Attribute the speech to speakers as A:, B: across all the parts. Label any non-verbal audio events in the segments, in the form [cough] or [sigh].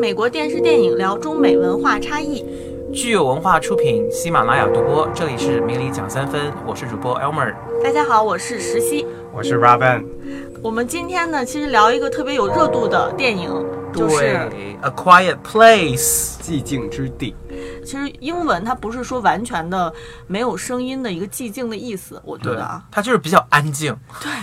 A: 美国电视电影聊中美文化差异。
B: 具有文化出品，喜马拉雅独播，这里是明理讲三分，我是主播 Elmer，
A: 大家好，我是石溪。
C: 我是 Robin，
A: 我们今天呢，其实聊一个特别有热度的电影，就是
B: 对，A Quiet Place。
C: 寂静之地。
A: 其实英文它不是说完全的没有声音的一个寂静的意思，我觉得啊，
B: 它就是比较安静。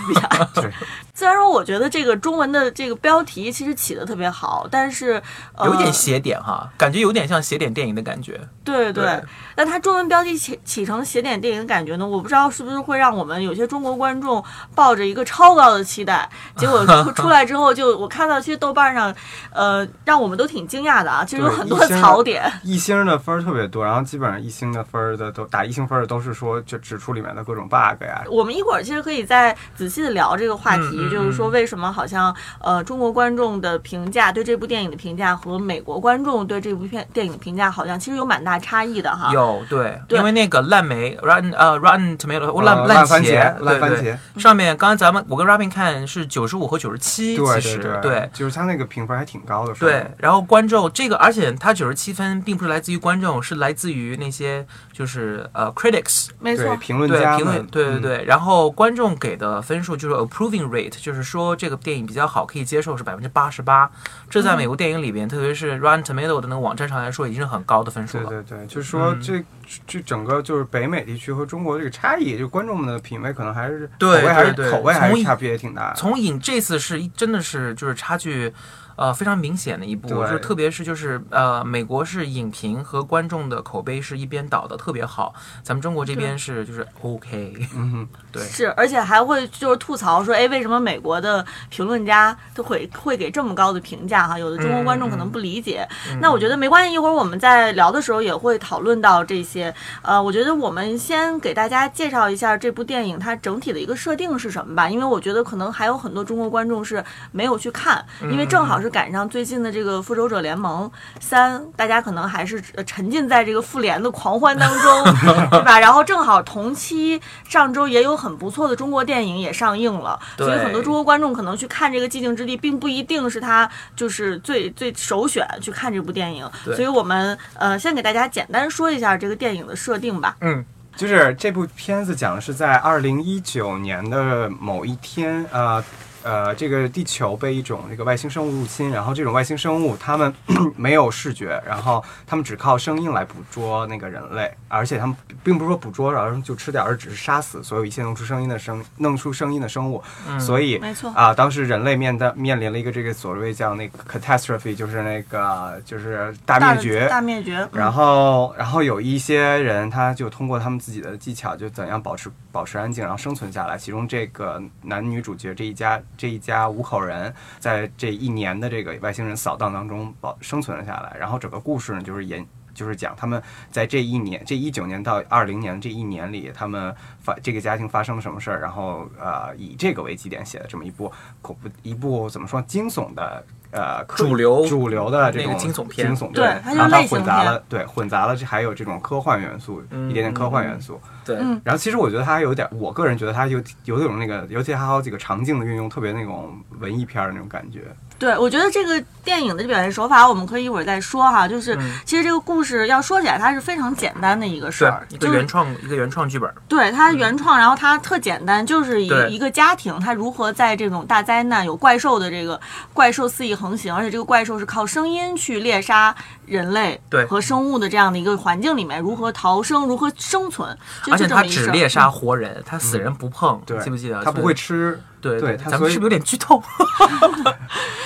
A: 比较
B: [laughs]
C: 对，
A: [laughs] 虽然说我觉得这个中文的这个标题其实起的特别好，但是、呃、
B: 有点邪点
A: 哦
B: 哈，感觉有点像邪点电影的感觉。
A: 对
B: 对
A: 对，那它中文标题起起成写点电影的感觉呢？我不知道是不是会让我们有些中国观众抱着一个超高的期待，结果出出来之后就我看到其实豆瓣上，呃，让我们都挺惊讶的啊，其实有
C: 对
A: 很
C: 一
A: 多
C: 星
A: 槽点。
C: 一星的分儿特别多，然后基本上一星的分儿的都打一星分儿的都是说就指出里面的各种 bug 呀。
A: 我们一会儿其实可以再仔细的聊这个话题，
B: 嗯嗯嗯
A: 就是说为什么好像呃中国观众的评价对这部电影的评价和美国观众对这部片电影的评价好像其实有蛮大差异的哈。
B: 有对，
A: 啊对
B: 因为那个烂莓 Rotten 呃 Rotten Tomato 哦烂
C: 呃
B: 烂
C: 烂番
B: 茄
C: 茄
B: 对
C: 烂番
B: 对
A: 嗯
C: 茄
B: 上面刚才咱们我跟 Robin 看是九十五和九十七，
C: 对
B: 其
C: 对
B: 实
C: 对
B: 对。
C: 就是他那个评分还挺高的。说
B: 对，然后观众这个，而且他九十七分并不是来自于观众，是来自于那些就是呃 critics，
A: 没错
C: 对，评论
B: 对
C: 家
B: 评
C: 们嗯
B: 论，，对对对。然后观众给的分数就是 approving rate，就是说这个电影比较好，可以接受是百分之八十八，这在美国电影里边，特别是 Rotten Tomato 的那个网站上来说，已经是很高的分数
C: 对
B: 了。
C: 对对，就是说
B: 嗯
C: 这这整个就是北美地区和中国这个差异，就观众们的品味可能还是
B: 对
C: 口味还是
B: 对对
C: 口味还
B: 从
C: 是
B: 一
C: 差别也挺大的。
B: 从影这次是一真的是就是差距，呃，非常明显的一步。
C: 对
B: 就特别是就是呃，美国是影评和观众的口碑是一边倒的，特别好。咱们中国这边是就是 OK，
C: 嗯哼，
B: 对
A: 是，而且还会就是吐槽说，哎，为什么美国的评论家都会会给这么高的评价哈？有的中国观众可能不理解。那我觉得没关系，一会儿我们在聊的时候也会讨论到这些。呃，我觉得我们先给大家介绍一下这部电影它整体的一个设定是什么吧，因为我觉得可能还有很多中国观众是没有去看，因为正
C: 嗯
A: 好是赶上最近的这个《复仇者联盟三》，大家可能还是呃沉浸在这个复联的狂欢当
C: [laughs]
A: 中，对吧？然后正好同期上周也有很不错的中国电影也上映了，所以
B: 对
A: 很多中国观众可能去看这个《寂静之地》，并不一定是他就是最最首选去看这部电影。
B: 对
A: 所以我们呃先给大家简单说一下这个电影的设定吧。
B: 嗯，
C: 就是这部片子讲的是在二零一九年的某一天，呃呃，这个地球被一种这个外星生物入侵，然后这种外星生物它们 [clears throat] 没有视觉，然后它们只靠声音来捕捉那个人类，而且它们并不是说捕捉，然后就吃掉，而只是杀死所有一切弄出声音的生弄出声音的生物，所以
A: 没错
C: 啊、当时人类面的面临了一个这个所谓叫那个 catastrophe，就是那个就是大
A: 大
C: 灭绝，
A: 大灭绝，嗯
C: 然后，然后有一些人，他就通过他们自己的技巧，就怎样保持保持安静，然后生存下来。其中这个男女主角这一家这一家五口人，在这一年的这个外星人扫荡当中保生存了下来。然后整个故事呢，就是演就是讲他们在这一年这一九年到二零年这一年里，他们发这个家庭发生了什么事儿，然后呃以这个为基点写的这么一部恐怖一部怎么说惊悚的。呃，科
B: 主流
C: 主流的这
B: 那个
C: 种
B: 惊悚片
C: 惊悚
A: 对它就是
C: 然后它
A: 类型
C: 混杂
A: 片
C: 了对，混杂了这还有这种科幻元素，
B: 嗯
C: 一点点科幻元素。
B: 对，
A: 嗯
C: 然后其实我觉得它还有点，我个人觉得它有有种那个，尤其还有几个场景的运用，特别那种文艺片儿的那种感觉。
A: 对，我觉得这个电影的表现手法，我们可以一会儿再说哈。
B: 嗯
A: 就是、其实这个故事要说起来，它是非常简单的一个事
C: 啊
A: 儿，，
B: 对一个
A: 就是
B: 原创一个原创剧本。
A: 对它原创，然后它特简单，就是一
B: 对
A: 一个家庭，它如何在这种大灾难有怪兽的这个怪兽肆意横行，而且这个怪兽是靠声音去猎杀人类
B: 对
A: 和生物的这样的一个环境里面，如何逃生，如何生存，就
B: 而且
A: 就这
B: 他
A: 么一嗯
B: 只
A: 事儿
B: 猎杀活人，他死人不碰，
C: 嗯对，
B: 记不记得？
C: 它不会吃，
B: 对
C: 对它
B: 咱
C: 所
B: 们
C: 以
B: 是不是有点剧透？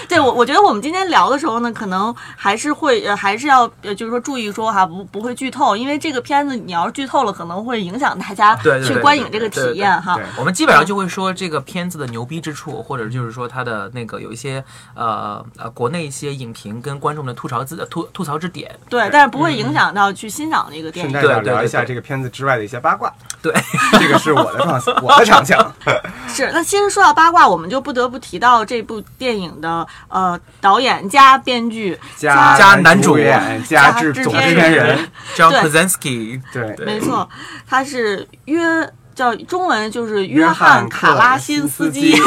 A: 对我，我觉得我们今天聊的时候呢，可能还是会，呃、还是要，呃，就是说注意说哈，不不会剧透，因为这个片子你要是剧透了，可能会影响大家
B: 对对对
A: 去观影这个体验哈
C: 对。
B: 我们基本上就会说这个片子的牛逼之处，或者就是说它的那个有一些呃呃国内一些影评跟观众的吐槽之吐吐槽之点。
A: 对，但是
C: 嗯
A: 不会影响到去欣赏这个电影。
C: 顺带
B: 对
C: 着
B: 对
C: 聊
B: 对
C: 一下
B: 对
C: 这个片子之外的一些八卦。
B: 对，
C: 这个是我的长项，我的
B: [laughs]
C: 长项。
A: 是，那其实说到八卦，我们就不得不提到这部电影的呃导演加编剧
C: 加
B: 加男
C: 男
B: 主
C: 演
A: 加
C: 加制
A: 制
C: 总
B: 啊
A: 片
C: 制
A: [laughs]
B: [laughs]
C: 片
A: 人
C: 人，
B: John
A: 对
B: Krasinski，
C: 对
B: 对
A: 没错，他是约叫中文就是
C: 约
A: 翰
C: 翰
A: ·卡
C: 克
A: 拉
C: 拉
A: 辛
C: 辛
A: 斯
C: 斯
A: 基
C: 基，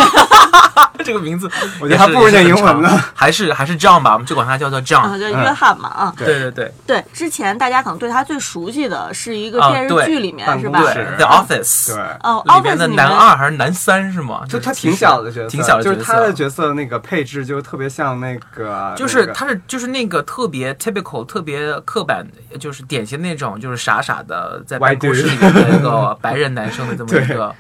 B: 这个名字
C: 我觉得还不如念英文呢，
B: [laughs] 还是还是 John 吧，我们就管他叫做
A: 啊，
C: [laughs]
B: John。
C: 嗯
A: 叫约翰嘛啊。
C: 对
B: 对对对，
A: 对，之前大家可能对他最熟悉的是一个
B: 啊
A: 电视
B: 对
A: 剧里面
C: 办
A: 是
C: 公
A: 吧？
C: 室
B: 对，The Office，
C: 对。
A: 哦
B: 里面
A: ，Office
B: 的
A: 里
B: 男
A: 面
B: 二还是男三是吗？
C: 就他
B: 是其
C: 挺
B: 实
C: 小的角色，
B: 挺小的角
C: 就
B: 色，
C: 是他的角色那个配置就特别像那个，
B: 就是
C: 那啊个
B: 他是就是那个特别 typical 特别刻板，就是典型那种就是傻傻的在
C: Why
B: 办公室
C: do [laughs]
B: 里面的一个白人男生的这么一个，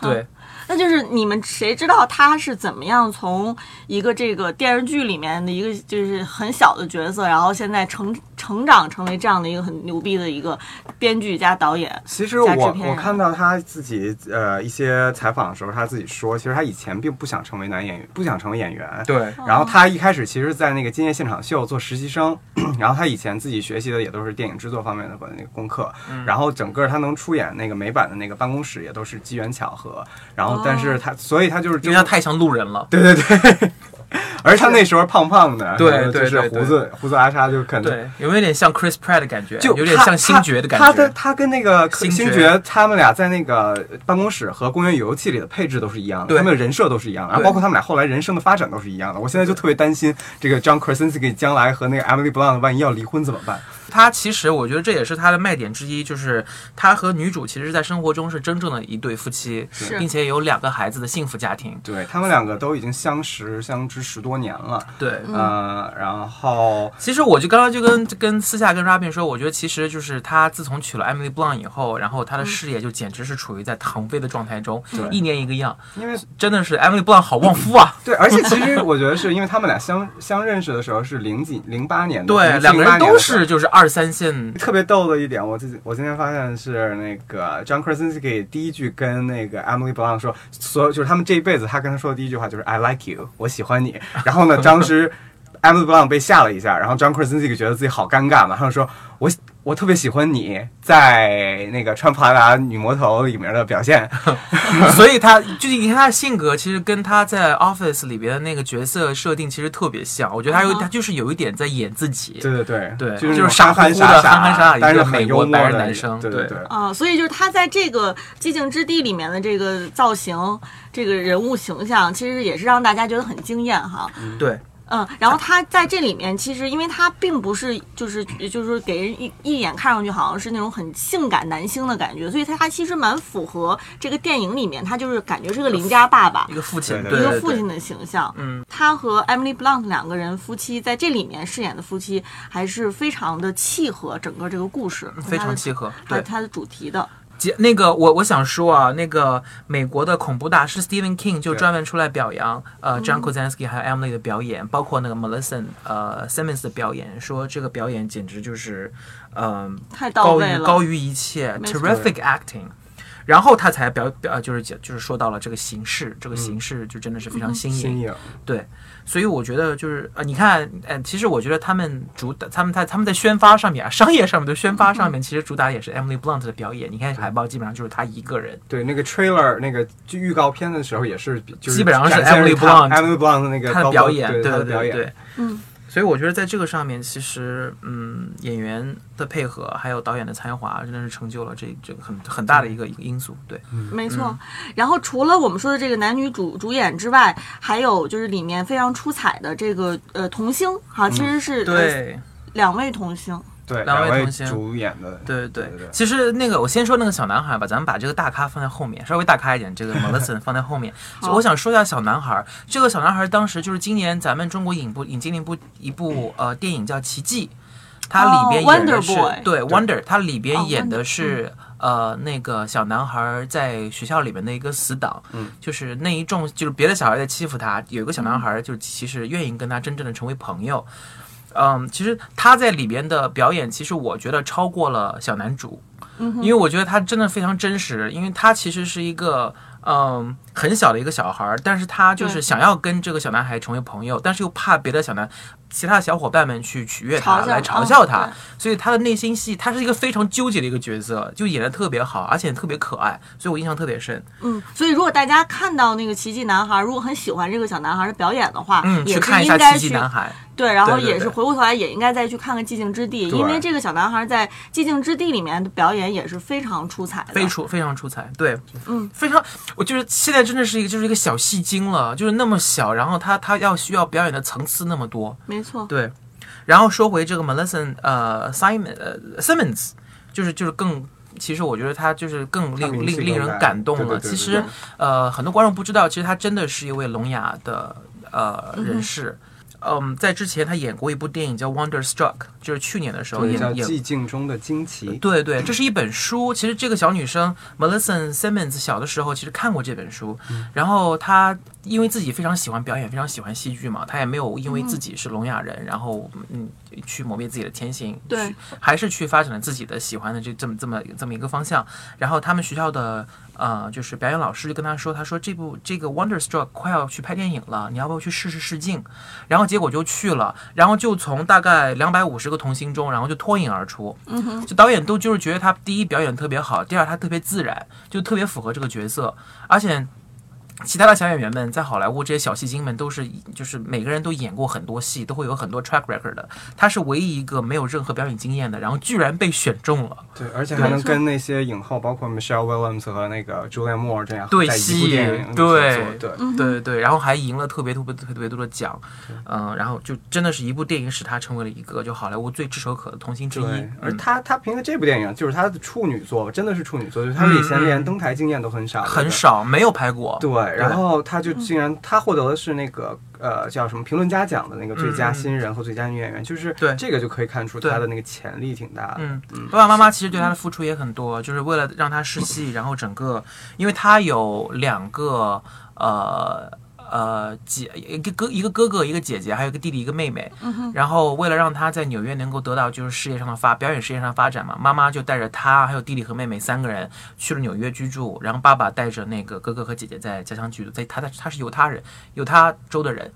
B: 对
A: 那就是你们谁知道他是怎么样从一个这个电视剧里面的一个就是很小的角色，然后现在成成长成为这样的一个很牛逼的一个编剧加导演？
C: 其实
A: 加制
C: 我
A: 片
B: 啊
A: 人
C: 我看到他自己呃一些采访的时候，他自己说，其实他以前并不想成为男演员，不想成为演员。
B: 对哦
C: 然后他一开始其实，在那个今夜现场秀做实习生， [clears throat] 然后他以前自己学习的也都是电影制作方面的那个功课，
B: 嗯
C: 然后整个他能出演那个美版的那个办公室也都是机缘巧合，然后但是他，所以他就是
B: 哦因为他太像路人了。
C: 对对对，而他那时候胖胖的，
B: 对
C: 然后
B: 对
C: 就是
B: 对对
C: 胡子胡子拉碴，就可能
B: 对，有没有点像 Chris Pratt 的感觉？
C: 就
B: 有点
C: 他
B: 像星爵的感
C: 他他跟
B: 觉。
C: 他跟那个
B: 星爵
C: 星爵，他们俩在那个办公室和《公园游戏》里的配置都是一样的，
B: 对
C: 他们的人设都是一样的，然后
B: 对
C: 包括他们俩后来人生的发展都是一样的。我现在就特别担心这个 John Krasinski 将来和那个 Emily Blunt 万一要离婚怎么办？
B: 他其实我觉得这也是他的卖点之一，就是他和女主其实，在生活中是真正的一对夫妻
A: 是，
B: 并且有两个孩子的幸福家庭。
C: 对他们两个都已经相识相知十多年了，
B: 对，
C: 呃，然后
B: 其实我就刚刚就跟跟私下跟 Robin 说，我觉得其实就是他自从娶了 Emily Blunt 以后，然后他的事业就简直是处于在腾飞的状态中，
C: 嗯对
B: 一年一个样，
C: 因为
B: 真的是 Emily Blunt 好旺夫啊！
C: 对，而且其实我觉得是因为他们俩相相认识的时候是零几零八嗯年的，
B: [laughs] 对，
C: 07
B: 两个
C: 08
B: 人
C: 年
B: 都
C: 的时候
B: 是就是二三线，
C: [laughs] 特别逗的一点，我自己我今天发现是那个 John Krasinski 第一句跟那个 Emily Blunt 说，所有就是他们这一辈子，他跟他说的第一句话就是 I like you，我喜欢你。然后呢，当时 [laughs] Emily Blunt 被吓了一下，然后 John Krasinski 觉得自己好尴尬，马上说我我特别喜欢你在那个穿普拉达女魔头里面的表
B: [laughs]
C: 现。
B: 所以他就是你看他的性格，其实跟他在 Office 里边的那个角色设定其实特别像。我觉得他有
A: 嗯哼
B: 他就是有一点在演自己，
C: 对对对
B: 对
C: 就是
B: 就是傻
C: 傻
B: 乎乎的
C: 傻
B: 憨憨傻傻
C: 但
B: 一
C: 是
B: 个
C: 很
B: 美
C: 幽
B: 国
C: 默
B: 白
C: 的
B: 人男
C: 人
B: 生
C: 对对
B: 对
C: 对。
A: 啊、所以就是他在这个《寂静之地》里面的这个造型、这个人物形象，其实也是让大家觉得很惊艳哈。
B: 对
A: 嗯，然后他在这里面，其实因为他并不是就是就是给人一一眼看上去好像是那种很性感男星的感觉，所以他他其实蛮符合这个电影里面，他就是感觉是个邻家爸爸
B: 一。个父亲，
C: 对
B: 对
A: 一
B: 对
A: 个
B: 对
A: 父亲的形象，
B: 嗯，
A: 他和 Emily Blunt 两个人夫妻在这里面饰演的夫妻还是非常的契合整个这个故事，
B: 嗯非常契合。
A: 还有
B: 对，
A: 它的主题的，
B: 结那个我我想说啊，那个美国的恐怖大师 Stephen King 就
C: 对
B: 专门出来表扬呃
A: 嗯
B: John Krasinski 还有 Emily 的表演，包括那个 Melissa 呃 Simmons 的表演，说这个表演简直就是嗯、
A: 太到
B: 高
A: 位
B: 于
A: 了，
B: 高于一切
A: 没错
B: ，terrific acting。然后他才表表呃就是讲就是说到了这个形式，
A: 嗯
B: 这个形式就真的是非常新颖
C: 新，颖，
B: 所以我觉得就是呃，你看，呃，其实我觉得他们主打，他们在他们在宣发上面啊，商业上面的宣发上面，其实主打也是 Emily Blunt 的表演。你看海报基本上就是她一个人，
C: 对那个 trailer 那个就预告片的时候也是，就是
B: 基本上是
C: 展现
B: Emily
C: 她
B: Blunt
C: Emily Blunt 的那个
B: 她的
C: 高
B: 表
C: 光
B: 演，
C: 对她
B: 对
C: 的表
B: 对
C: 演，
B: 对，
A: 嗯。
B: 所以我觉得在这个上面，其实嗯，演员的配合还有导演的才华，真的是成就了这这个很很大的一个一个因素。对，
C: 嗯
A: 没错。
B: 嗯
A: 然后除了我们说的这个男女主主演之外，还有就是里面非常出彩的这个呃童星哈，其实是、呃、
B: 嗯对，
A: 两位童星。
C: 对，
B: 两位
C: 位
B: 同行
C: 主演的，
B: 对对
C: 对对
B: 其实那个我先说那个小男孩吧，咱们把这个大咖放在后面，稍微大咖一点，这个 Melissa 放在后面。
A: 好
B: 我想说一下小男孩，这个小男孩当时就是今年咱们中国引部引进了一部一部呃电影叫《奇迹》，它里边
A: 哦
B: 演的是、
A: Wonder Boy
B: 对 Wonder，它里
A: 哦
B: 边演
A: ，Wonder，
B: 的是、呃那个小男孩在学校里面的一个死党，
C: 嗯
B: 就是那一众就是别的小孩在欺负他，有一个小
A: 嗯
B: 男孩就其实愿意跟他真正的成为朋友。嗯，其实他在里边的表演，其实我觉得超过了小男主，因为我觉得他真的非常真实，因为他其实是一个嗯，很小的一个小孩儿，但是他就是
A: 对
B: 想要跟这个小男孩成为朋友，但是又怕别的小男其他小伙伴们去取悦他，
A: 嘲笑
B: 来嘲
A: 嗯
B: 笑他，
A: 对
B: 所以他的内心戏，他是一个非常纠结的一个角色，就演的特别好，而且特别可爱，所以我印象特别深。
A: 嗯，所以如果大家看到那个奇迹男孩，如果很喜欢这个小男孩的表演的话，
B: 嗯，
A: 也
B: 去
A: 是
B: 看一
A: 应
B: 下
A: 该
B: 《奇
A: 去
B: 迹男孩》。
A: 对，然后
B: 对对
A: 也是
B: 对
A: 回过头来也应该再去看看《寂静之地》，
C: 对
A: 因为这个小男孩在《寂静之地》里面的表演也是非常出彩的。
B: 非出非常出彩，对，
A: 嗯，
B: 非常，我就是现在真的是一个就是一个小戏精了，就是那么小，然后他他要需要表演的层次那么多，
A: 没错，
B: 对。然后说回这个 Melissa 呃 Simon 呃 Simmons，就是就是更，其实我觉得他就是更
C: 他名
B: 令
C: 气
B: 令
C: 更
B: 令人
C: 大
B: 感动了。
C: 对对对对
B: 其实
C: 对
B: 呃很多观众不知道，其实他真的是一位聋哑的呃人士。嗯，在之前他演过一部电影叫《Wonderstruck》，就是去年的时候
C: 对
B: 演
C: 叫
B: 演
C: 寂静中的惊奇，
B: 对对，这是一本书。其实这个小女生 Melissa Simmons 小的时候其实看过这本书，然后她因为自己非常喜欢表演，非常喜欢戏剧嘛，她也没有因为自己是聋哑人，然后嗯去磨灭自己的天性，
A: 对
B: 去，还是去发展了自己的喜欢的这这么这么这么一个方向。然后他们学校的呃就是表演老师就跟她说，她说这部这个 Wonderstruck 快要去拍电影了，你要不要去试试试镜？然后结果就去了，然后就从大概两百五十个童星中，然后就脱颖而出。嗯哼，就导演都就是觉得他第一表演特别好，第二他特别自然，就特别符合这个角色，而且。其他的小演员们在好莱坞这些小戏精们都是，就是每个人都演过很多戏，都会有很多 track record 的。他是唯一一个没有任何表演经验的，然后居然被选中了。
C: 对，而且还能跟那些影后，包括 Michelle Williams 和那个 Julia Moore 这样
B: 对
C: 在一部
B: 戏
C: 电影里
B: 对嗯
C: 合作对，
B: 对对对，然后还赢了特别特别特别特别多的奖，嗯、然后就真的是一部电影使他成为了一个就好莱坞最炙手可热的童星之一
C: 对。，而
B: 嗯
C: 她她凭着这部电影，就是她的处女作，真的是处女作，就是她以前连登台经验都很少，
B: 嗯很
C: 对
B: 少没有拍过。
C: 对，然后她
A: 嗯
C: 就竟然她获得的是那个呃叫什么评论家奖的那个最佳新人和最佳女演员，就是
B: 嗯对
C: 这个就可以看出
B: 对
C: 她的那个潜力挺大的。
B: 嗯，爸爸妈妈其实对他的付出也很多，就是为了让他试戏，然后整个，因为他有两个呃呃姐一个哥一个哥哥一个姐姐，还有一个弟弟一个妹妹，然后为了让他在纽约能够得到就是事业上的发表演事业上的发展嘛，妈妈就带着他还有弟弟和妹妹三个人去了纽约居住，然后爸爸带着那个哥哥和姐姐在家乡居住，在他他他是犹他人，犹他州的人，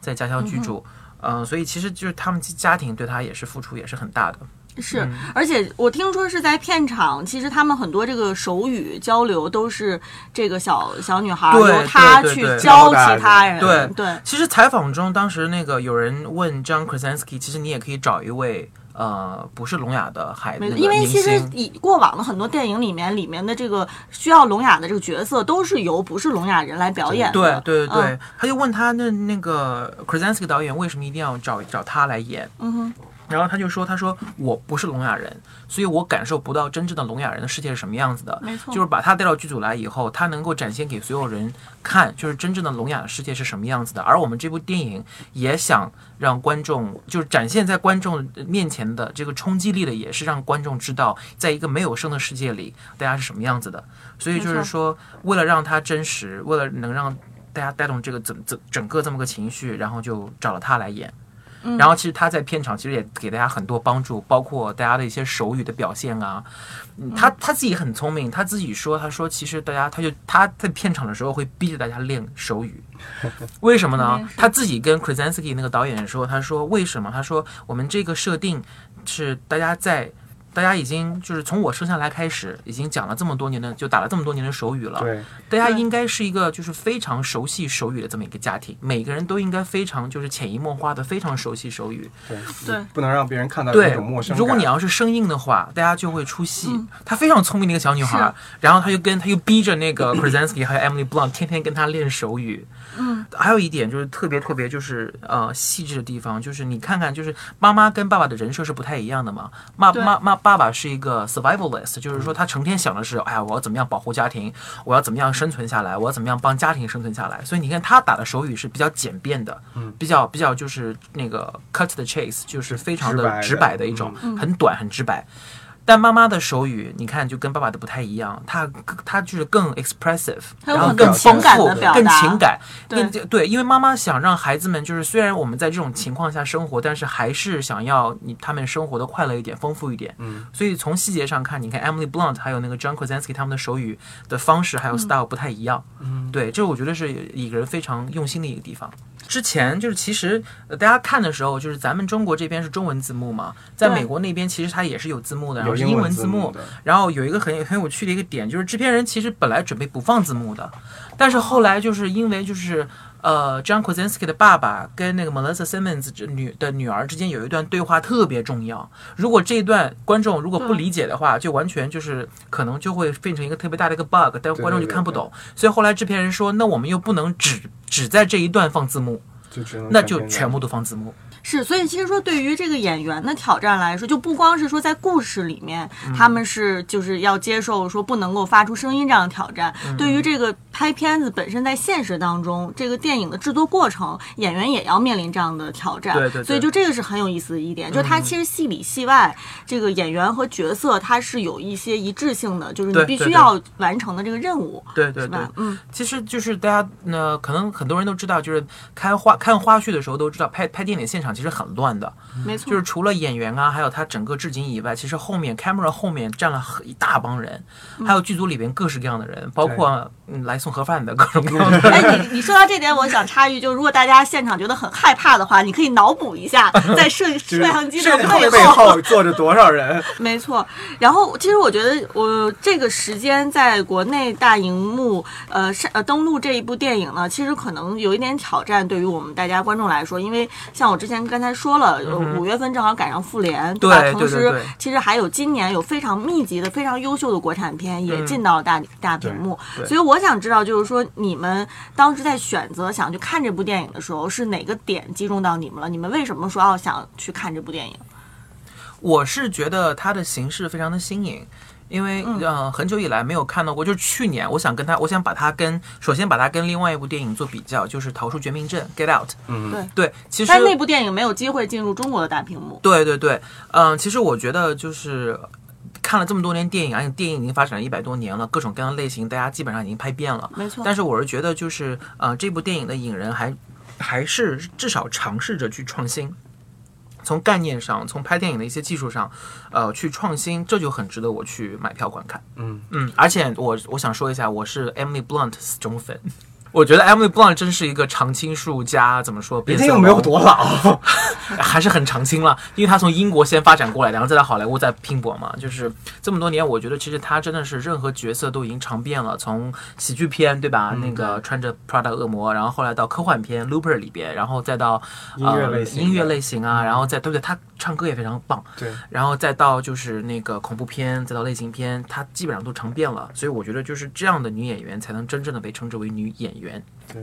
B: 在家乡居住。嗯、所以其实就是他们家庭对他也是付出也是很大的。嗯
A: 是，而且我听说是在片场，其实他们很多这个手语交流都是这个小小女孩
B: 对
A: 由她
B: 对
A: 去
B: 对对
A: 教
C: 教大
A: 其
C: 人
A: 他人，
B: 对
A: 对，
B: 其实采访中，当时那个有人问张 Krasinski，其实你也可以找一位呃不是聋哑的孩子，
A: 没
B: 那
A: 错，
B: 个
A: 因为
B: 明
A: 其实
B: 星
A: 以过往的很多电影里面，里面的这个需要聋哑的这个角色，都是由不是聋哑人来表演
B: 对
A: 的。
B: 对对，
A: 嗯
B: 他就问他那那个 Krasinski 导演为什么一定要找找他来演？嗯哼。然后他就说：“他说我不是聋哑人，所以我感受不到真正的聋哑人的世界是什么样子的。
A: 没错
B: 就是把他带到剧组来以后，他能够展现给所有人看，就是真正的聋哑的世界是什么样子的。而我们这部电影也想让观众，就是展现在观众面前的这个冲击力的，也是让观众知道，在一个没有声的世界里，大家是什么样子的。所以就
A: 没
B: 是
A: 错
B: 说，为了让它真实，为了能让大家带动这个整整整个这么个情绪，然后就找了他来演。然后其实他在片场其实也给大家很多帮助，包括大家的一些手语的表现啊。嗯他他自己很聪明，他自己说，他说其实大家他就他在片场的时候会逼着大家练手语，为什么呢？他自己跟 Krasinski 那个导演说，他说为什么？他说我们这个设定是大家在。大家已经就是从我生下来开始，已经讲了这么多年的，就打了这么多年的手语了。
C: 对，
B: 大家
A: 对
B: 应该是一个就是非常熟悉手语的这么一个家庭，每个人都应该非常就是潜移默化的非常熟悉手语。
C: 对
A: 对
C: 不能让别人看到那
B: 对
C: 种陌，生感。
B: 如果你要是生硬的话，大家就会出戏。她非常聪明的一个小女孩，然后她就跟她就逼着那个 Krasinski 还有 Emily Blunt 天天跟她练手语。嗯，还有一点就是特别特别就是呃细致的地方，就是你看看就是妈妈跟爸爸的人设是不太一样的嘛。妈
A: 对
B: 妈妈爸爸是一个 survivalist，就是说他成天想的是，哎呀，我要怎么样保护家庭，我要怎么样生存下来，我要怎么样帮家庭生存下来。所以你看他打的手语是比较简便的，比较比较就是那个 cut the chase，就是非常
C: 直白
B: 的
C: 的
B: 直白的一种，很短很直白。但妈妈的手语，你看就跟爸爸的不太一样，她她就是更 expressive，
A: 她有
B: 然后
A: 很多
B: 更
A: 情
B: 丰
A: 感
B: 富
A: 的表，达
B: 更情感。
A: 对
B: 那对，因为妈妈想让孩子们就是，虽然我们在这种情况下生活，但是还是想要你他们生活的快乐一点、丰富一点。
C: 嗯，
B: 所以从细节上看，你看 Emily Blunt 还有那个 John Krasinski 他们的手语的方式还有 style 不太一样。
C: 嗯，
B: 对，这我觉得是一个人非常用心的一个地方。之前就是其实呃大家看的时候，就是咱们中国这边是中文字幕嘛，在
A: 对
B: 美国那边其实它也是有字幕的，然后
C: 有
B: 是英
C: 文
B: 文字幕。
C: 的，
B: 然后有一个很很有趣的一个点，就是制片人其实本来准备不放字幕的，但是后来就是因为就是呃，John Krasinski 的爸爸跟那个 Melissa Simmons 之女的女儿之间有一段对话特别重要，如果这一段观众如果不理解的话，就完全就是可能就会变成一个特别大的一个 bug，但观众就看不懂，所以后来制片人说，那我们又不能只只在这一段放字幕，
C: 就只能
B: 那
C: 看
B: 就
C: 片
B: 全
C: 段
B: 部都放字幕。
A: 是，所以其实说对于这个演员的挑战来说，就不光是说在故事里面，
B: 嗯
A: 他们是就是要接受说不能够发出声音这样的挑战。
B: 嗯
A: 对于这个拍片子本身，在现实当中，这个电影的制作过程，演员也要面临这样的挑战。
B: 对对对嗯
A: 所以就这个是很有意思的一点，就是他其实戏里戏外，这个演员和角色他是有一些一致性的，就是你
B: 对
A: 必
B: 对
A: 须
B: 对
A: 要完成的这个任务，
B: 对对
A: 是
B: 对
A: 吧，？嗯，
B: 其实就是大家呢，可能很多人都知道，就是看花看花絮的时候都知道，拍拍电影现场其实很乱的，
A: 没错，
B: 就是除了演员啊，还有他整个置景以外，其实后面 camera 后面站了很一大帮人，
A: 嗯
B: 还有剧组里边各式各样的人，包括嗯来送盒饭的各种各
A: [laughs]
B: 样的人。
A: 哎，你你说到这点，我想插一句，就如果大家现场觉得很害怕的话，你可以脑补一
C: [laughs]
A: 下，在摄
C: 就
A: 摄
C: 是
A: 像机的
C: 摄像机
A: 背
C: 背后坐着多少人？
A: 没错。然后，其实我觉得，我这个时间在国内大荧幕，呃，上呃登陆这一部电影呢，其实可能有一点挑战，对于我们大家观众来说，因为像我之前刚才说了，呃五、月份正好赶上复联，吧？
B: 嗯对对
A: 同
B: 对
A: 时
B: 对，
A: 其实还有今年有非常密集的、非常优秀的国产片也进到了大、大屏幕，
B: 嗯对
A: 所以我想知道，就是说你们当时在选择想去看这部电影的时候，是哪个点击中到你们了？你们为什么说要想去看这部电影？
B: 我是觉得它的形式非常的新颖。因为
A: 嗯
B: 呃，很久以来没有看到过，就是去年我想跟他，我想把它跟首先把它跟另外一部电影做比较，就是《逃出绝命镇》（Get Out）。
C: 嗯
A: 对
B: 对，其实
A: 但那部电影没有机会进入中国的大屏幕。
B: 对对对，嗯、其实我觉得就是看了这么多年电影，而且电影已经发展了一百多年了，各种各样的类型，大家基本上已经拍遍了。
A: 没错
B: 但是我是觉得，就是呃，这部电影的影人还还是至少尝试着去创新。从概念上，从拍电影的一些技术上，呃，去创新，这就很值得我去买票观看。
C: 嗯
B: 嗯，而且我我想说一下，我是 Emily Blunt 死忠
C: [laughs]
B: 粉，我觉得 Emily Blunt 真是一个常青树加怎么说？
C: 人
B: 变
C: 家
B: 色
C: 又没有
B: 龙
C: 多老， [laughs]
B: 还是很常青了，因为他从英国先发展过来，然后再到好莱坞再拼搏嘛。就是这么多年，我觉得其实他真的是任何角色都已经尝遍了，从喜剧片对
C: 嗯
B: 吧？那个穿着 Prada 恶魔，然后后来到科幻片 Looper 里边，然后再到
C: 音乐类
B: 呃、
C: 型的
B: 音乐类型啊，然后再对不对？他唱歌也非常棒，
C: 嗯对，
B: 然后再到就是那个恐怖片，再到类型片，他基本上都尝遍了。所以我觉得就是这样的女演员才能真正的被称之为女演员。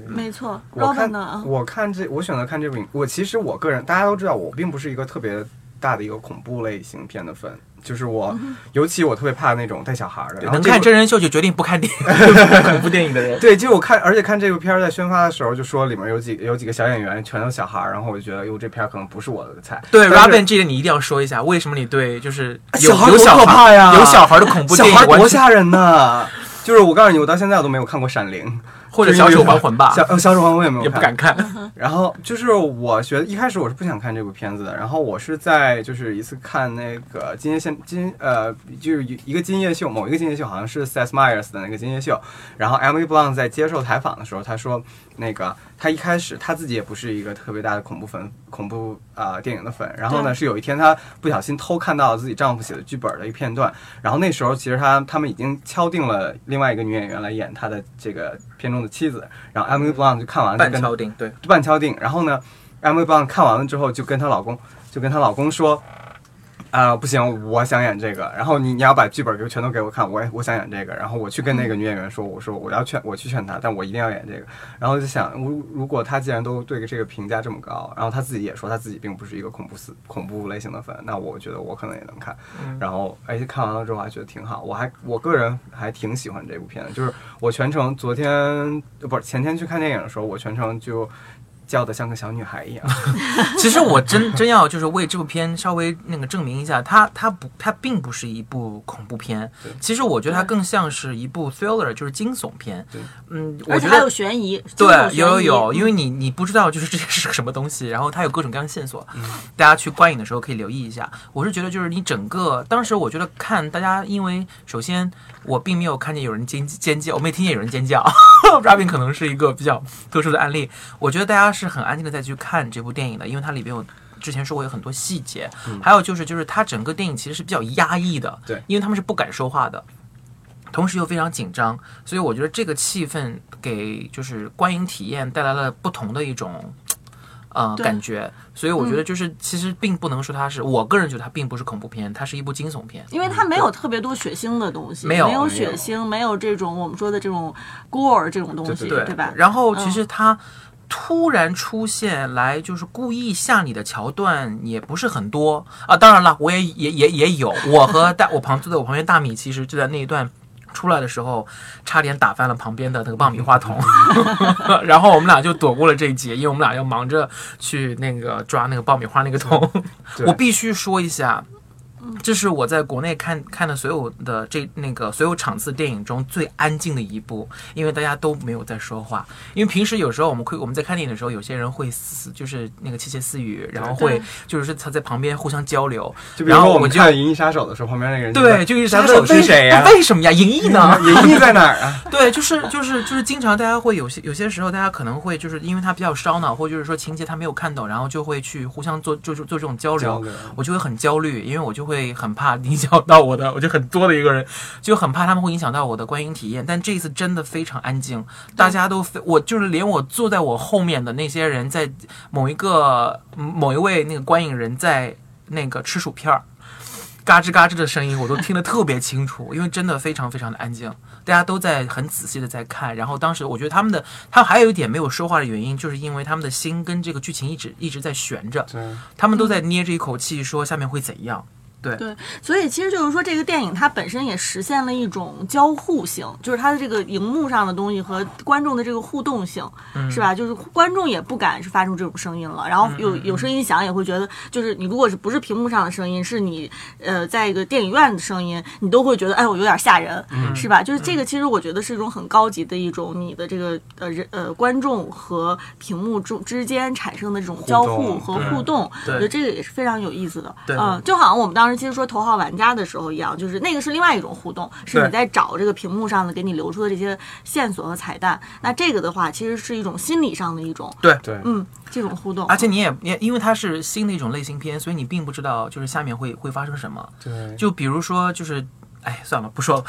A: 没错
C: 我
A: ，Robin
C: 看
A: 呢？啊
C: 我看这，我选择看这部影。我其实我个人，大家都知道，我并不是一个特别大的一个恐怖类型片的粉，就是我，尤其我特别怕那种带小孩儿的。然后
B: 能
C: 这
B: 看
C: 部
B: 真人秀就决定不看
C: [laughs]
B: 电影恐怖电影的人。
C: 对，就我看，而且看这部片儿在宣发的时候就说里面有几有几个小演员全都小孩儿，然后我就觉得哟，这片儿可能不是我的菜。
B: 对
C: 但是
B: ，Robin，这个你一定要说一下，为什么你对就是有
C: 小孩
B: 有
C: 多
B: 小
C: 可怕
B: 孩
C: 呀
B: 有小孩的恐怖
C: 小
B: 电
C: 孩
B: 影
C: 儿
B: 完
C: 多
B: 全，
C: 吓人呐！ [laughs] 就是我告诉你，我到现在我都没有看过《闪灵》
B: 或者
C: 就是
B: 小
C: 因为
B: 丑还魂吧
C: 小，呃小丑还魂我也没有
B: 也不敢
C: [laughs]
B: 看。
C: 然后就是我觉得一开始我是不想看这部片子的，然后我是在就是一次看那个金夜线金呃就是一个金夜秀，某一个金夜秀好像是 Seth Meyers 的那个金夜秀，然后 Emily Blunt 在接受采访的时候，她说那个她一开始她自己也不是一个特别大的恐怖粉恐怖啊、呃电影的粉，然后呢
A: 对
C: 是有一天她不小心偷看到了自己丈夫写的剧本的一个片段，然后那时候其实她他们已经敲定了另外一个女演员来演她的这个片中的妻子，然后 Emily Blunt 就看完就
B: 半
C: 跟
B: 敲定，
C: [laughs]
B: 对，
C: 半敲定。然后呢，Emily Blunt 看完了之后，就跟她老公就跟她老公说，啊、不行，我想演这个。然后你你要把剧本给我全都给我看，我也我想演这个。然后我去跟那个女演员说，我说我要劝我去劝她，但我一定要演这个。然后就想，如如果她既然都对这个评价这么高，然后她自己也说她自己并不是一个恐怖死恐怖类型的粉，那我觉得我可能也能看。然后而且看完了之后还觉得挺好，我还我个人还挺喜欢这部片的，就是我全程昨天呃不是前天去看电影的时候，我全程就。叫的像个小女孩一样。
B: 其实我真真要就是为这部片稍微那个证明一下，它它不它并不是一部恐怖片
C: 对，
B: 其实我觉得它更像是一部 thriller，就是惊悚片
C: 对。
B: 嗯，我
A: 而且
B: 觉
A: 还
B: 得
A: 有悬疑，惊悚
B: 对，
A: 悬
B: 有有
A: 疑
B: 有，因为你你不知道就是这是个什么东西，然后它有各种各样的线索，大家去观影的时候可以留意一下。我是觉得就是你整个当时我觉得看大家，因为首先我并没有看见有人尖尖叫，我没听见有人尖叫 [laughs] ，Robin 可能是一个比较特殊的案例。我觉得大家是很安静的在去看这部电影的，因为它里边有。之前说过有很多细节，还有就是就是它整个电影其实是比较压抑的，
C: 对
B: 因为他们是不敢说话的，同时又非常紧张，所以我觉得这个气氛给就是观影体验带来了不同的一种。呃，
A: 对
B: 感觉，所以我觉得就是，其实并不能说它是，我个人觉得它并不是恐怖片，它是一部惊悚片。
A: 因为它没有特别多血腥的东西，
B: 没
A: 没
B: 有
A: 有
B: 没
A: 血
C: 有
A: 腥，没有这种我们说的这种 gore 这种东西，
C: 对
B: 对
A: 吧？
B: 然后其实它突然出现来就是故意吓你的桥段也不是很多啊，当然了，我也也也也有，我和大 [laughs] 我旁坐在我旁边大米其实就在那一段。出来的时候，差点打翻了旁边的那个棒米花筒， [laughs] 然后我们俩就躲过了这一劫，因为我们俩要忙着去那个抓那个爆米花那个桶。 [laughs]
C: 对
B: 我必须说一下，这是我在国内看看的所有的这那个所有场次电影中最安静的一部，因为大家都没有在说话。因为平时有时候我们会我们在看电影的时候，有些人会私就是那个窃窃私语，然后会
A: 对
B: 就是他在旁边互相交流，
C: 就比如
B: 然后
C: 说
B: 我
C: 们
B: 就
C: 看《银翼杀手》的时候，旁边那个人就
B: 对，就是
C: 杀
B: 啥
C: 手是谁呀、
B: 为什么呀？银翼
C: [laughs]
B: 呢？
C: 银翼在哪儿 [laughs] 啊？
B: 对，就是就是就是经常大家会有些有些时候，大家可能会就是因为他比较烧脑，或者就是说情节他没有看懂，然后就会去互相做就是做这种交流。
C: 交流
B: 我就会很焦虑，因为我就会很怕影响到我的，我就很作的一个人，就很怕他们会影响到我的观影体验。但这一次真的非常安静，大家都非我就是连我坐在我后面的那些人，在某一个嗯某一位那个观影人在那个吃薯片儿。嘎吱嘎吱的声音，我都听得特别清楚，因为真的非常非常的安静，大家都在很仔细的在看。然后当时我觉得他们的，他们还有一点没有说话的原因，就是因为他们的心跟这个剧情一直一直在悬着，
C: [laughs] 对，
B: 他们都
C: 嗯
B: 在捏着一口气说下面会怎样。
A: 对，所以其实就是说，这个电影它本身也实现了一种交互性，就是它的这个荧幕上的东西和观众的这个互动性，是吧？就是观众也不敢是发出这种声音了，然后有有声音响也会觉得，就是你如果是不是屏幕上的声音，是你呃在一个电影院的声音，你都会觉得哎我有点吓人，是吧？就是这个其实我觉得是一种很高级的一种你的这个呃人呃观众和屏幕中之间产生的这种交互
C: 动
A: 和
B: 对
A: 互动，
B: 对
A: 我觉得这个也是非常有意思的。
B: 对
A: 嗯，就好像我们当时其实说头号玩家的时候一样，就是那个是另外一种互动，是
B: 对
A: 你在找这个屏幕上的给你留出的这些线索和彩蛋。那这个的话，其实是一种心理上的一种，
C: 对，
A: 嗯，这种互动。
B: 而且你也也因为它是新的一种类型片，所以你并不知道就是下面会会发生什么。
C: 对，
B: 就比如说就是，哎，算了，不说
C: [laughs]
B: 了，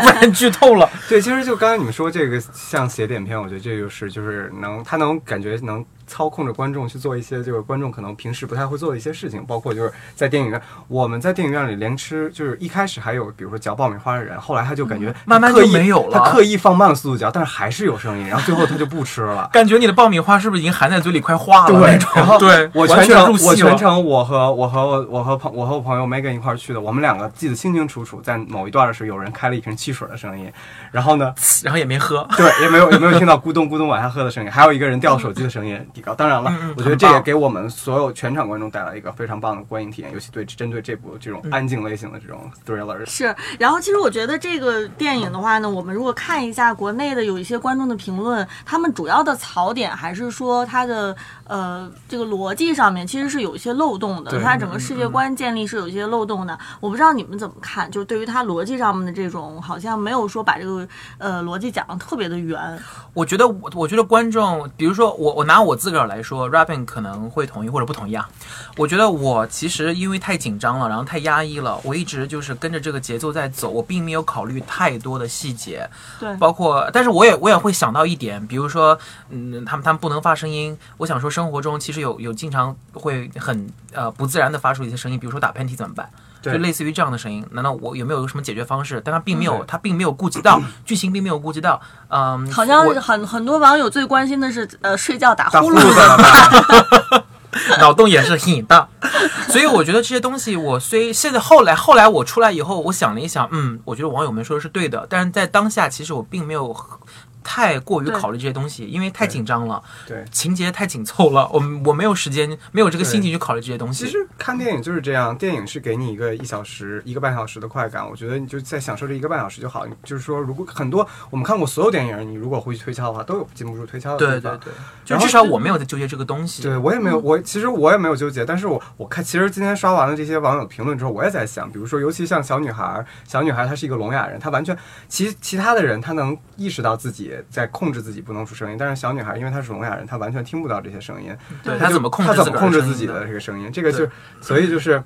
B: 不然剧透了。
C: 对，其实就刚才你们说这个像写点片，我觉得这就是就是能，他能感觉能操控着观众去做一些就是观众可能平时不太会做的一些事情，包括就是在电影院，我们在电影院里连吃，就是一开始还有比如说嚼爆米花的人，后来他就感觉
B: 慢慢
C: 刻意
B: 就没有了。
C: 他刻意放慢了速度嚼，但是还是有声音，然后最后他就不吃了
B: 感觉你的爆米花是不是已经含在嘴里快化了啊那
C: 对
B: 种，？
C: 然后
B: 对，
C: 我
B: 完
C: 全
B: 全
C: 程
B: 入戏了。
C: 我全程我和我和我我和朋我和我朋友 Megan 一块儿去的，我们两个记得清清楚楚，在某一段的时候有人开了一瓶汽水的声音，然后呢，
B: 然后也没喝。
C: 对，也没有也没有听到咕咚咕咚往下喝的声音，还有一个人掉手机的声音，提高。当然了，
B: 嗯
C: 我觉得这也给我们所有全场观众带来一个非常棒的观影体验，尤其对针对这部这
B: 嗯
C: 种安静类型的这种 thriller。
A: 是，然后其实我觉得这个电影的话呢，我们如果看一下国内的有一些观众的评论，他们主要的槽点还是说它的呃这个逻辑上面其实是有一些漏洞的，
C: 对
A: 它整个世界观建立是有一些漏洞的。我不知道你们怎么看，就是对于它逻辑上面的这种，好像没有说把这个呃逻辑讲的特别的圆。
B: 我觉得我我觉得观众，比如说我我拿我自个儿来说，Robin 可能会同意或者不同意啊。我觉得我其实因为太紧张了，然后太压抑了，我一直就是跟着这个节奏在走，我并没有考虑太多的细节，
A: 对，
B: 包括但是我也我也会想到一点，比如说嗯，他们他们不能发声音，我想说生活中其实有有经常会很呃不自然的发出一些声音，比如说打喷嚏怎么办？就
C: 对
B: 类似于这样的声音，难道我有没有什么解决方式？但他并没有，他并没有顾及到剧情，并没有顾及到，嗯，
A: 好像
B: 我
A: 是很很多网友最关心的是呃睡觉打
C: 大
A: 呼
C: 呼
A: 噜
C: 噜
A: 的。
C: 的吧，
B: 脑洞也是挺大， [laughs] 所以我觉得这些东西，我虽现在后来后来我出来以后，我想了一想，嗯，我觉得网友们说的是对的，但是在当下，其实我并没有太过于
A: 对
B: 考虑这些东西，因为太
C: 对
B: 紧张了，
C: 对。
B: 情节太紧凑了，我们我没有时间，没有这个心情去考虑这些东西。
C: 其实看电影就是这样，电影是给你一个一小时、一个半小时的快感，我觉得你就在享受这一个半小时就好。你就是说，如果很多我们看过所有电影，你如果回去推敲的话，都有禁不住推敲的地
B: 对
C: 方。
B: 对对，就
C: 然后
B: 至少我没有在纠结这个东西。
C: 对我也没有，我其实我也没有纠结，但是我我看，其实今天刷完了这些网友评论之后，我也在想，比如说，尤其像小女孩儿，小女孩儿她是一个聋哑人，她完全其其他的人她能意识到自己在控制自己不能出声音，但是小女孩儿因为她是聋哑人，她完全听不到这些声音，
B: 对，
C: 她
B: 他
C: 就
B: 怎么控制
C: 她
B: 自
C: 怎
B: 个儿
C: 么控制
B: 声
C: 自
B: 音
C: 己
B: 的
C: 的这个声音？这个就是所以就是。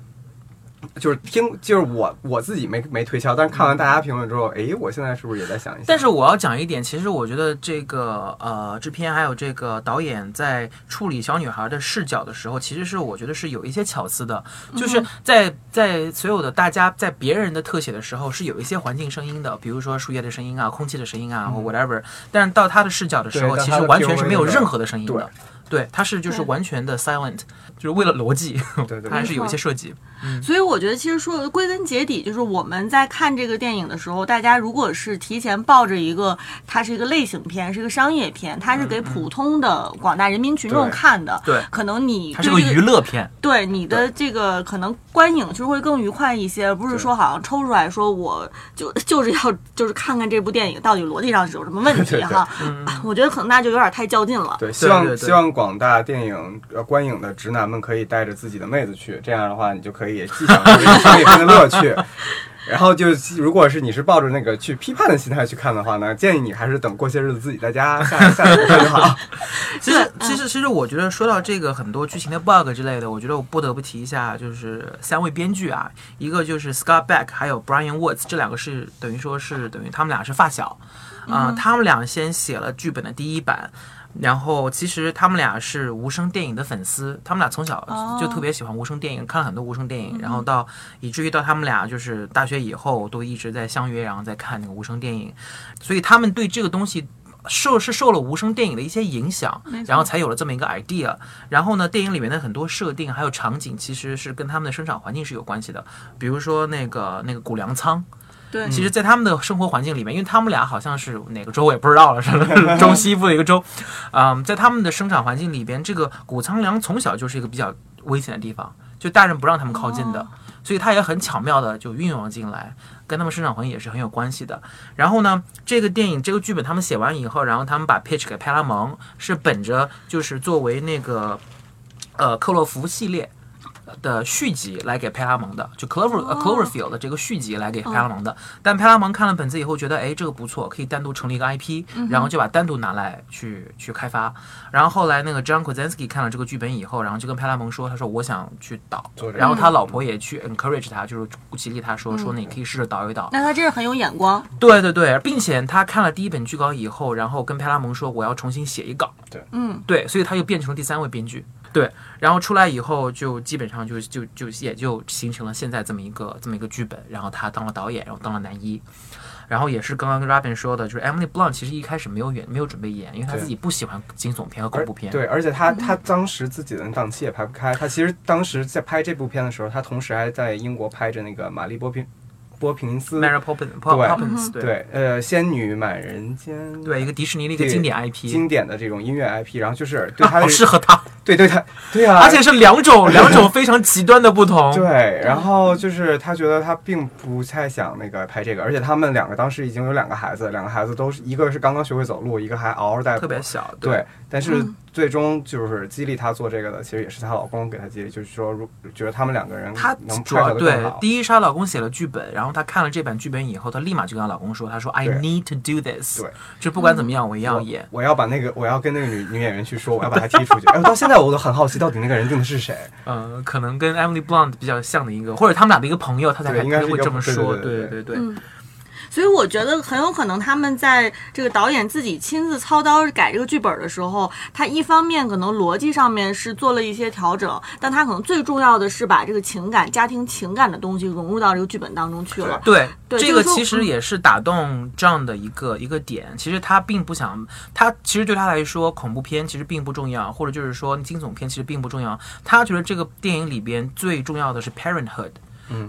C: 就是听，就是我我自己没没推敲，但是看完大家评论之后，诶，我现在是不是也在想一想？
B: 但是我要讲一点，其实我觉得这个呃，制片还有这个导演在处理小女孩的视角的时候，其实是我觉得是有一些巧思的，
C: 嗯
B: 就是在在所有的大家在别人的特写的时候是有一些环境声音的，比如说树叶的声音啊、空气的声音啊或 whatever，但是到他的视角的时候，
C: 嗯对到
B: 其
C: 他的
B: 实完全是没有
C: POV 的
B: 任何的声音
C: 对
B: 的。对，他是就是
A: 对
B: 完全的 silent，就是为了逻辑，
C: 对对
B: [laughs] 他还是有一
A: 没
B: 些
A: 错
B: 设计。
A: 所以我觉得，其实说归根结底，就是我们在看这个电影的时候，大家如果是提前抱着一个它是一个类型片，是一个商业片，它是给普通的广大人民群众
C: 对
A: 看的，
B: 对
A: 可能你
B: 它
A: 对
B: 是
A: 这
B: 个娱乐片，
A: 对你的这个可能观影就会更愉快一些，不是说好像抽出来说我就 [laughs] 就是要就是看看这部电影到底逻辑上是有什么问
C: 对
A: 题
C: 对
A: 哈。啊我觉得可能那就有点太较劲了。
C: 对，希望
B: 对对
C: 希望广大电影呃观影的直男们可以带着自己的妹子去，这样的话你就可以既享受这个商业片的乐趣， [laughs] 然后就如果是你是抱着那个去批判的心态去看的话呢，建议你还是等过些日子自己在家下下载看就好。
B: 其实，其实，其实，我觉得说到这个很多剧情的 bug 之类的，我觉得我不得不提一下，就是三位编剧啊，一个就是 Scott Beck，还有 Brian Woods，这两个是等于说是等于他们俩是发小，啊、他们俩先写了剧本的第一版。然后其实他们俩是无声电影的粉丝，他们俩从小就特别喜欢无声电影，看了很多无声电影，然后到以至于到他们俩就是大学以后都一直在相约，然后在看那个无声电影，所以他们对这个东西受是受了无声电影的一些影响，然后才有了这么一个 idea。然后呢，电影里面的很多设定还有场景，其实是跟他们的生长环境是有关系的。比如说那个那个谷粮仓，
A: 对
B: 其实，在他们的生活环境里面，因为他们俩好像是哪个州我也不知道了，是中西部的一个州，嗯，在他们的生长环境里边，这个谷仓良从小就是一个比较危险的地方，就大人不让他们靠近的，所以他也很巧妙的就运用了进来，跟他们生长环境也是很有关系的。然后呢，这个电影这个剧本他们写完以后，然后他们把 pitch 给派拉蒙，是本着就是作为那个呃克洛弗系列。的续集来给派拉蒙的，就 Clover、呃 Cloverfield 的这个续集来给派拉蒙的。但派拉蒙看了本子以后，觉得哎这个不错，可以单独成立一个 IP，然后就把单独拿来去去开发。然后后来那个 John Krasinski 看了这个剧本以后，然后就跟派拉蒙说，他说我想去导
C: 做，这个
B: 然后他老婆也去 encourage 他，就是鼓激励他说说你可以试着导一导。
A: 那他真是很有眼光，
B: 对对对，并且他看了第一本剧稿以后，然后跟派拉蒙说我要重新写一稿。
C: 对，
A: 嗯，
B: 对，所以他又变成了第三位编剧。对，然后出来以后就基本上就就就也就形成了现在这么一个这么一个剧本，然后他当了导演，然后当了男一。然后也是刚刚跟 Robin 说的，就是 Emily Blunt 其实一开始没有演，没有准备演，因为她
C: 对
B: 自己不喜欢惊悚片和恐怖片。
C: 对，而且他他当时自己的档期也排不开，他其实当时在拍这部片的时候，他同时还在英国拍着那个玛丽波平波平斯
B: Mary Poppins，
C: 对
B: Poppins，对
C: 对呃《仙女满人间》
B: 对，一个迪士尼的一个
C: 对
B: 经典 IP，
C: 经典的这种音乐 IP，然后就是对
B: 啊
C: 他的、
B: 好适合他，
C: 对对他对
B: [laughs]
C: 啊，
B: 而且是两
C: [laughs]
B: 种两种非常极端的不同。
C: 对，然后就是他觉得他并不太想那个拍这个，而且他们两个当时已经有两个孩子，两个孩子都是一个是刚刚学会走路，一个还嗷嗷待哺，
B: 特别小，
C: 对，但是
B: 嗯
C: 最终就是激励她做这个的，其实也是她老公给她激励，就是说，如觉得他们两个人
B: 她
C: 能
B: 主
C: 拍
B: 要
C: 摄的更
B: 对
C: 好。
B: 第一是她老公写了剧本，然后她看了这版剧本以后，她立马就跟她老公说：“她说 I
C: 对
B: need to do this，
C: 对嗯
B: 就不管怎么样我也要
C: 我
B: 演。
C: 我要把那个，我要跟那个女女演员去说，我要把她踢出去。哎， [laughs] 我到现在我都很好奇，到底那个人定的是谁？
B: 呃，可能跟 Emily Blunt 比较像的一个，或者他们俩的一个朋友，她才
C: 对应该
B: 才
C: 是一
B: 会
C: 个
B: 这么说。
C: 对对
B: 对对
A: 嗯所以我觉得很有可能他们在这个导演自己亲自操刀改这个剧本的时候，他一方面可能逻辑上面是做了一些调整，但他可能最重要的是把这个情感、家庭情感的东西融入到这个剧本当中去了。
B: 对，
A: 对
B: 这
A: 就
B: 个
A: 是说嗯
B: 其实也是打动 John 的一个一个点。其实他并不想，他其实对他来说，恐怖片其实并不重要，或者就是说惊悚片其实并不重要。他觉得这个电影里边最重要的是 parenthood，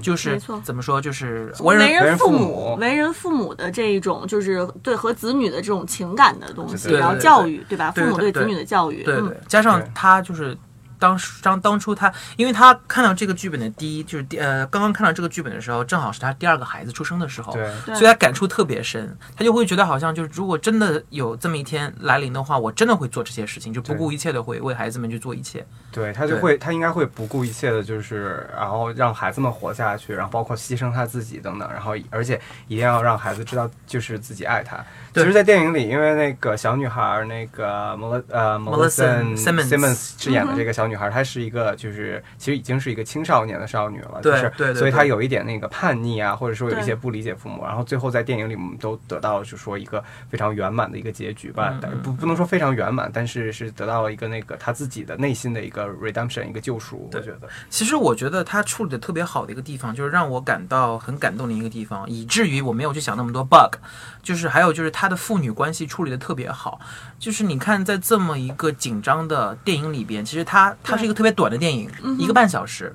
B: 就是
A: 嗯没错
B: 怎么说，就是为
A: 为
B: 人
A: 人父
C: 为人父母
A: 为人父母的这一种，就是对和子女的这种情感的东西，
C: 对对
A: 然后
B: 对
A: 教育，对吧？父
B: 对
A: 母
B: 对
A: 子女的教育，
B: 对
A: 嗯
B: 对，加上
C: 对
B: 他就是当时当当初他，因为他看到这个剧本的第一就是第呃刚刚看到这个剧本的时候，正好是他第二个孩子出生的时候，
C: 对
A: 对
B: 所以他感触特别深，他就会觉得好像就是如果真的有这么一天来临的话，我真的会做这些事情，就不
C: 对
B: 顾一切的会为孩子们去做一切。
C: 对他就
B: 对
C: 会，他应该会不顾一切的，就是然后让孩子们活下去，然后包括牺牲他自己等等，然后而且一定要让孩子知道，就是自己爱他。其
B: 对
C: 实，在电影里，因为那个小女孩儿，那个莫勒呃莫勒
B: Melissa
C: 森
B: Simmons
C: 饰演的这个小女孩儿，她是一个就是其实已经是一个青少年的少女了，
B: 对
C: 就是
B: 对对
C: 所
B: 对
C: 以她有一点那个叛逆啊，或者说有一
A: 对
C: 些不理解父母，然后最后在电影里我们都得到了就说一个非常圆满的一个结局吧，
B: 嗯
C: 但不不能说非常圆满，但是是得到了一个那个她自己的内心的一个 redemption 一个救赎，我
B: 对
C: 觉得
B: 其实我觉得他处理的特别好的一个地方，就是让我感到很感动的一个地方，以至于我没有去想那么多 bug，就是还有就是他的父女关系处理的特别好，就是你看在这么一个紧张的电影里边，其实它它是一个特别短的电影，一个半小时。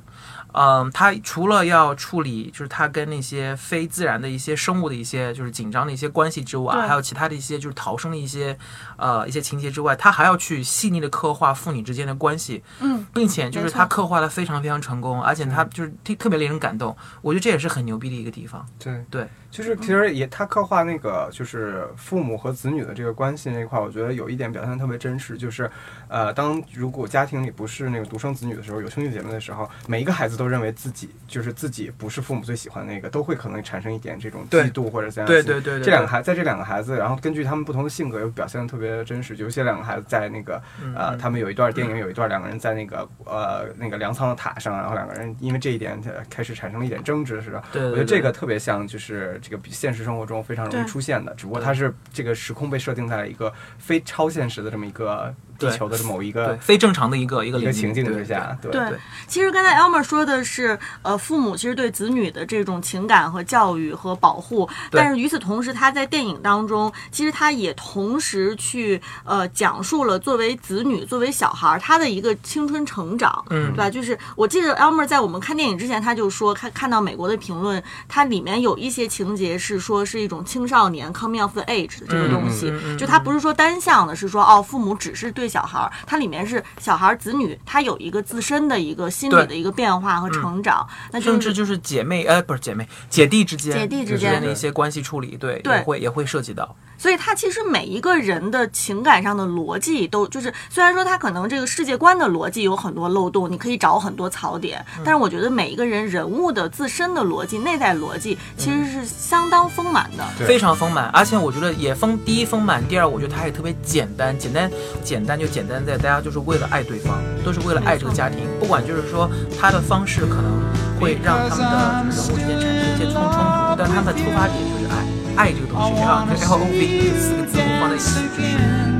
B: 嗯，他除了要处理就是他跟那些非自然的一些生物的一些就是紧张的一些关系之外，
A: 对
B: 还有其他的一些就是逃生的一些呃一些情节之外，他还要去细腻的刻画父女之间的关系，嗯，并且就是
A: 没错
B: 他刻画的非常非常成功，而且
C: 嗯
B: 他就是特特别令人感动，我觉得这也是很牛逼的一个地方。
C: 对
B: 对，
C: 就是其实也他刻画那个就是父母和子女的这个关系那一块，我觉得有一点表现得特别真实，就是呃，当如果家庭里不是那个独生子女的时候，有兄弟姐妹的时候，每一个孩子都认为自己就是自己不是父母最喜欢的那个，都会可能产生一点这种
B: 对
C: 嫉妒或者怎样的
B: 对
C: 心理
B: 对对对
C: 这两个
B: 对
C: 孩在这两个孩子，然后根据他们不同的性格，又表现的特别真实。有些两个孩子在那个
B: 嗯
C: 呃，他们有一段电影有一段两个人在那个呃那个粮仓的塔上，然后两个人因为这一点呃开始产生了一点争执，是吧？
B: 对对
C: 我觉得
B: 对
C: 这个特别像就是这个现实生活中非常容易
A: 对
C: 出现的，只不过它是这个时空被设定在了一个非超现实的这么一个地球的某一
B: 对，
C: 个
B: 非正常的一个一个
C: 呃一
B: 领
C: 个
B: 域
C: 情境
B: 对
C: 之下，对
A: 对，其实刚才 Elmer 说的是，呃，父母其实对子女的这种情感和教育和保护，
B: 对
A: 但是与此同时，他在电影当中，其实他也同时去呃讲述了作为子女、作为小孩儿他的一个青春成长，
B: 嗯
A: 对吧？就是我记得 Elmer 在我们看电影之前，他就说看看到美国的评论，它里面有一些情节是说是一种青少年 coming of age 的这个东西，
B: 嗯嗯嗯嗯
A: 就它不是说单向的，是说哦，父母只是对小孩儿，它里面是小孩儿子女，他有一个自身的一个心理
B: 对嗯
A: 的一个变化和成长，那
B: 甚
A: 就
B: 至
A: 是
B: 就是姐妹，呃，不是姐妹，姐弟之间，
A: 姐弟之
B: 之间
A: 间
B: 的一些关系处理，对，
A: 对
B: 也会也会涉及到，
A: 所以他其实每一个人的情感上的逻辑都就是，虽然说他可能这个世界观的逻辑有很多漏洞，你可以找很多槽点，
B: 嗯
A: 但是我觉得每一个人人物的自身的逻辑、内在逻辑其
B: 嗯
A: 实是相当丰满的。
C: 对
B: 非常丰满，而且我觉得也丰第一丰满，第二我觉得它也特别简单，简单简单就简单在大家就是为了爱对方，都是为了爱这个家庭，不管就是说他的方式可能会让他们的就是人物之间产生一些冲冲突，但他们的出发点就是爱，爱这个东西，让 L O V 这四个字母放在一起，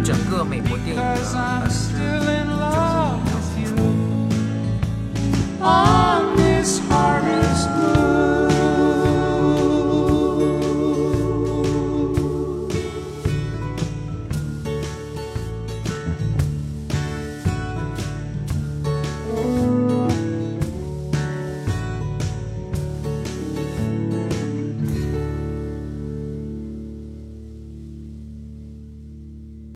B: 就是整个美国电影的呃就是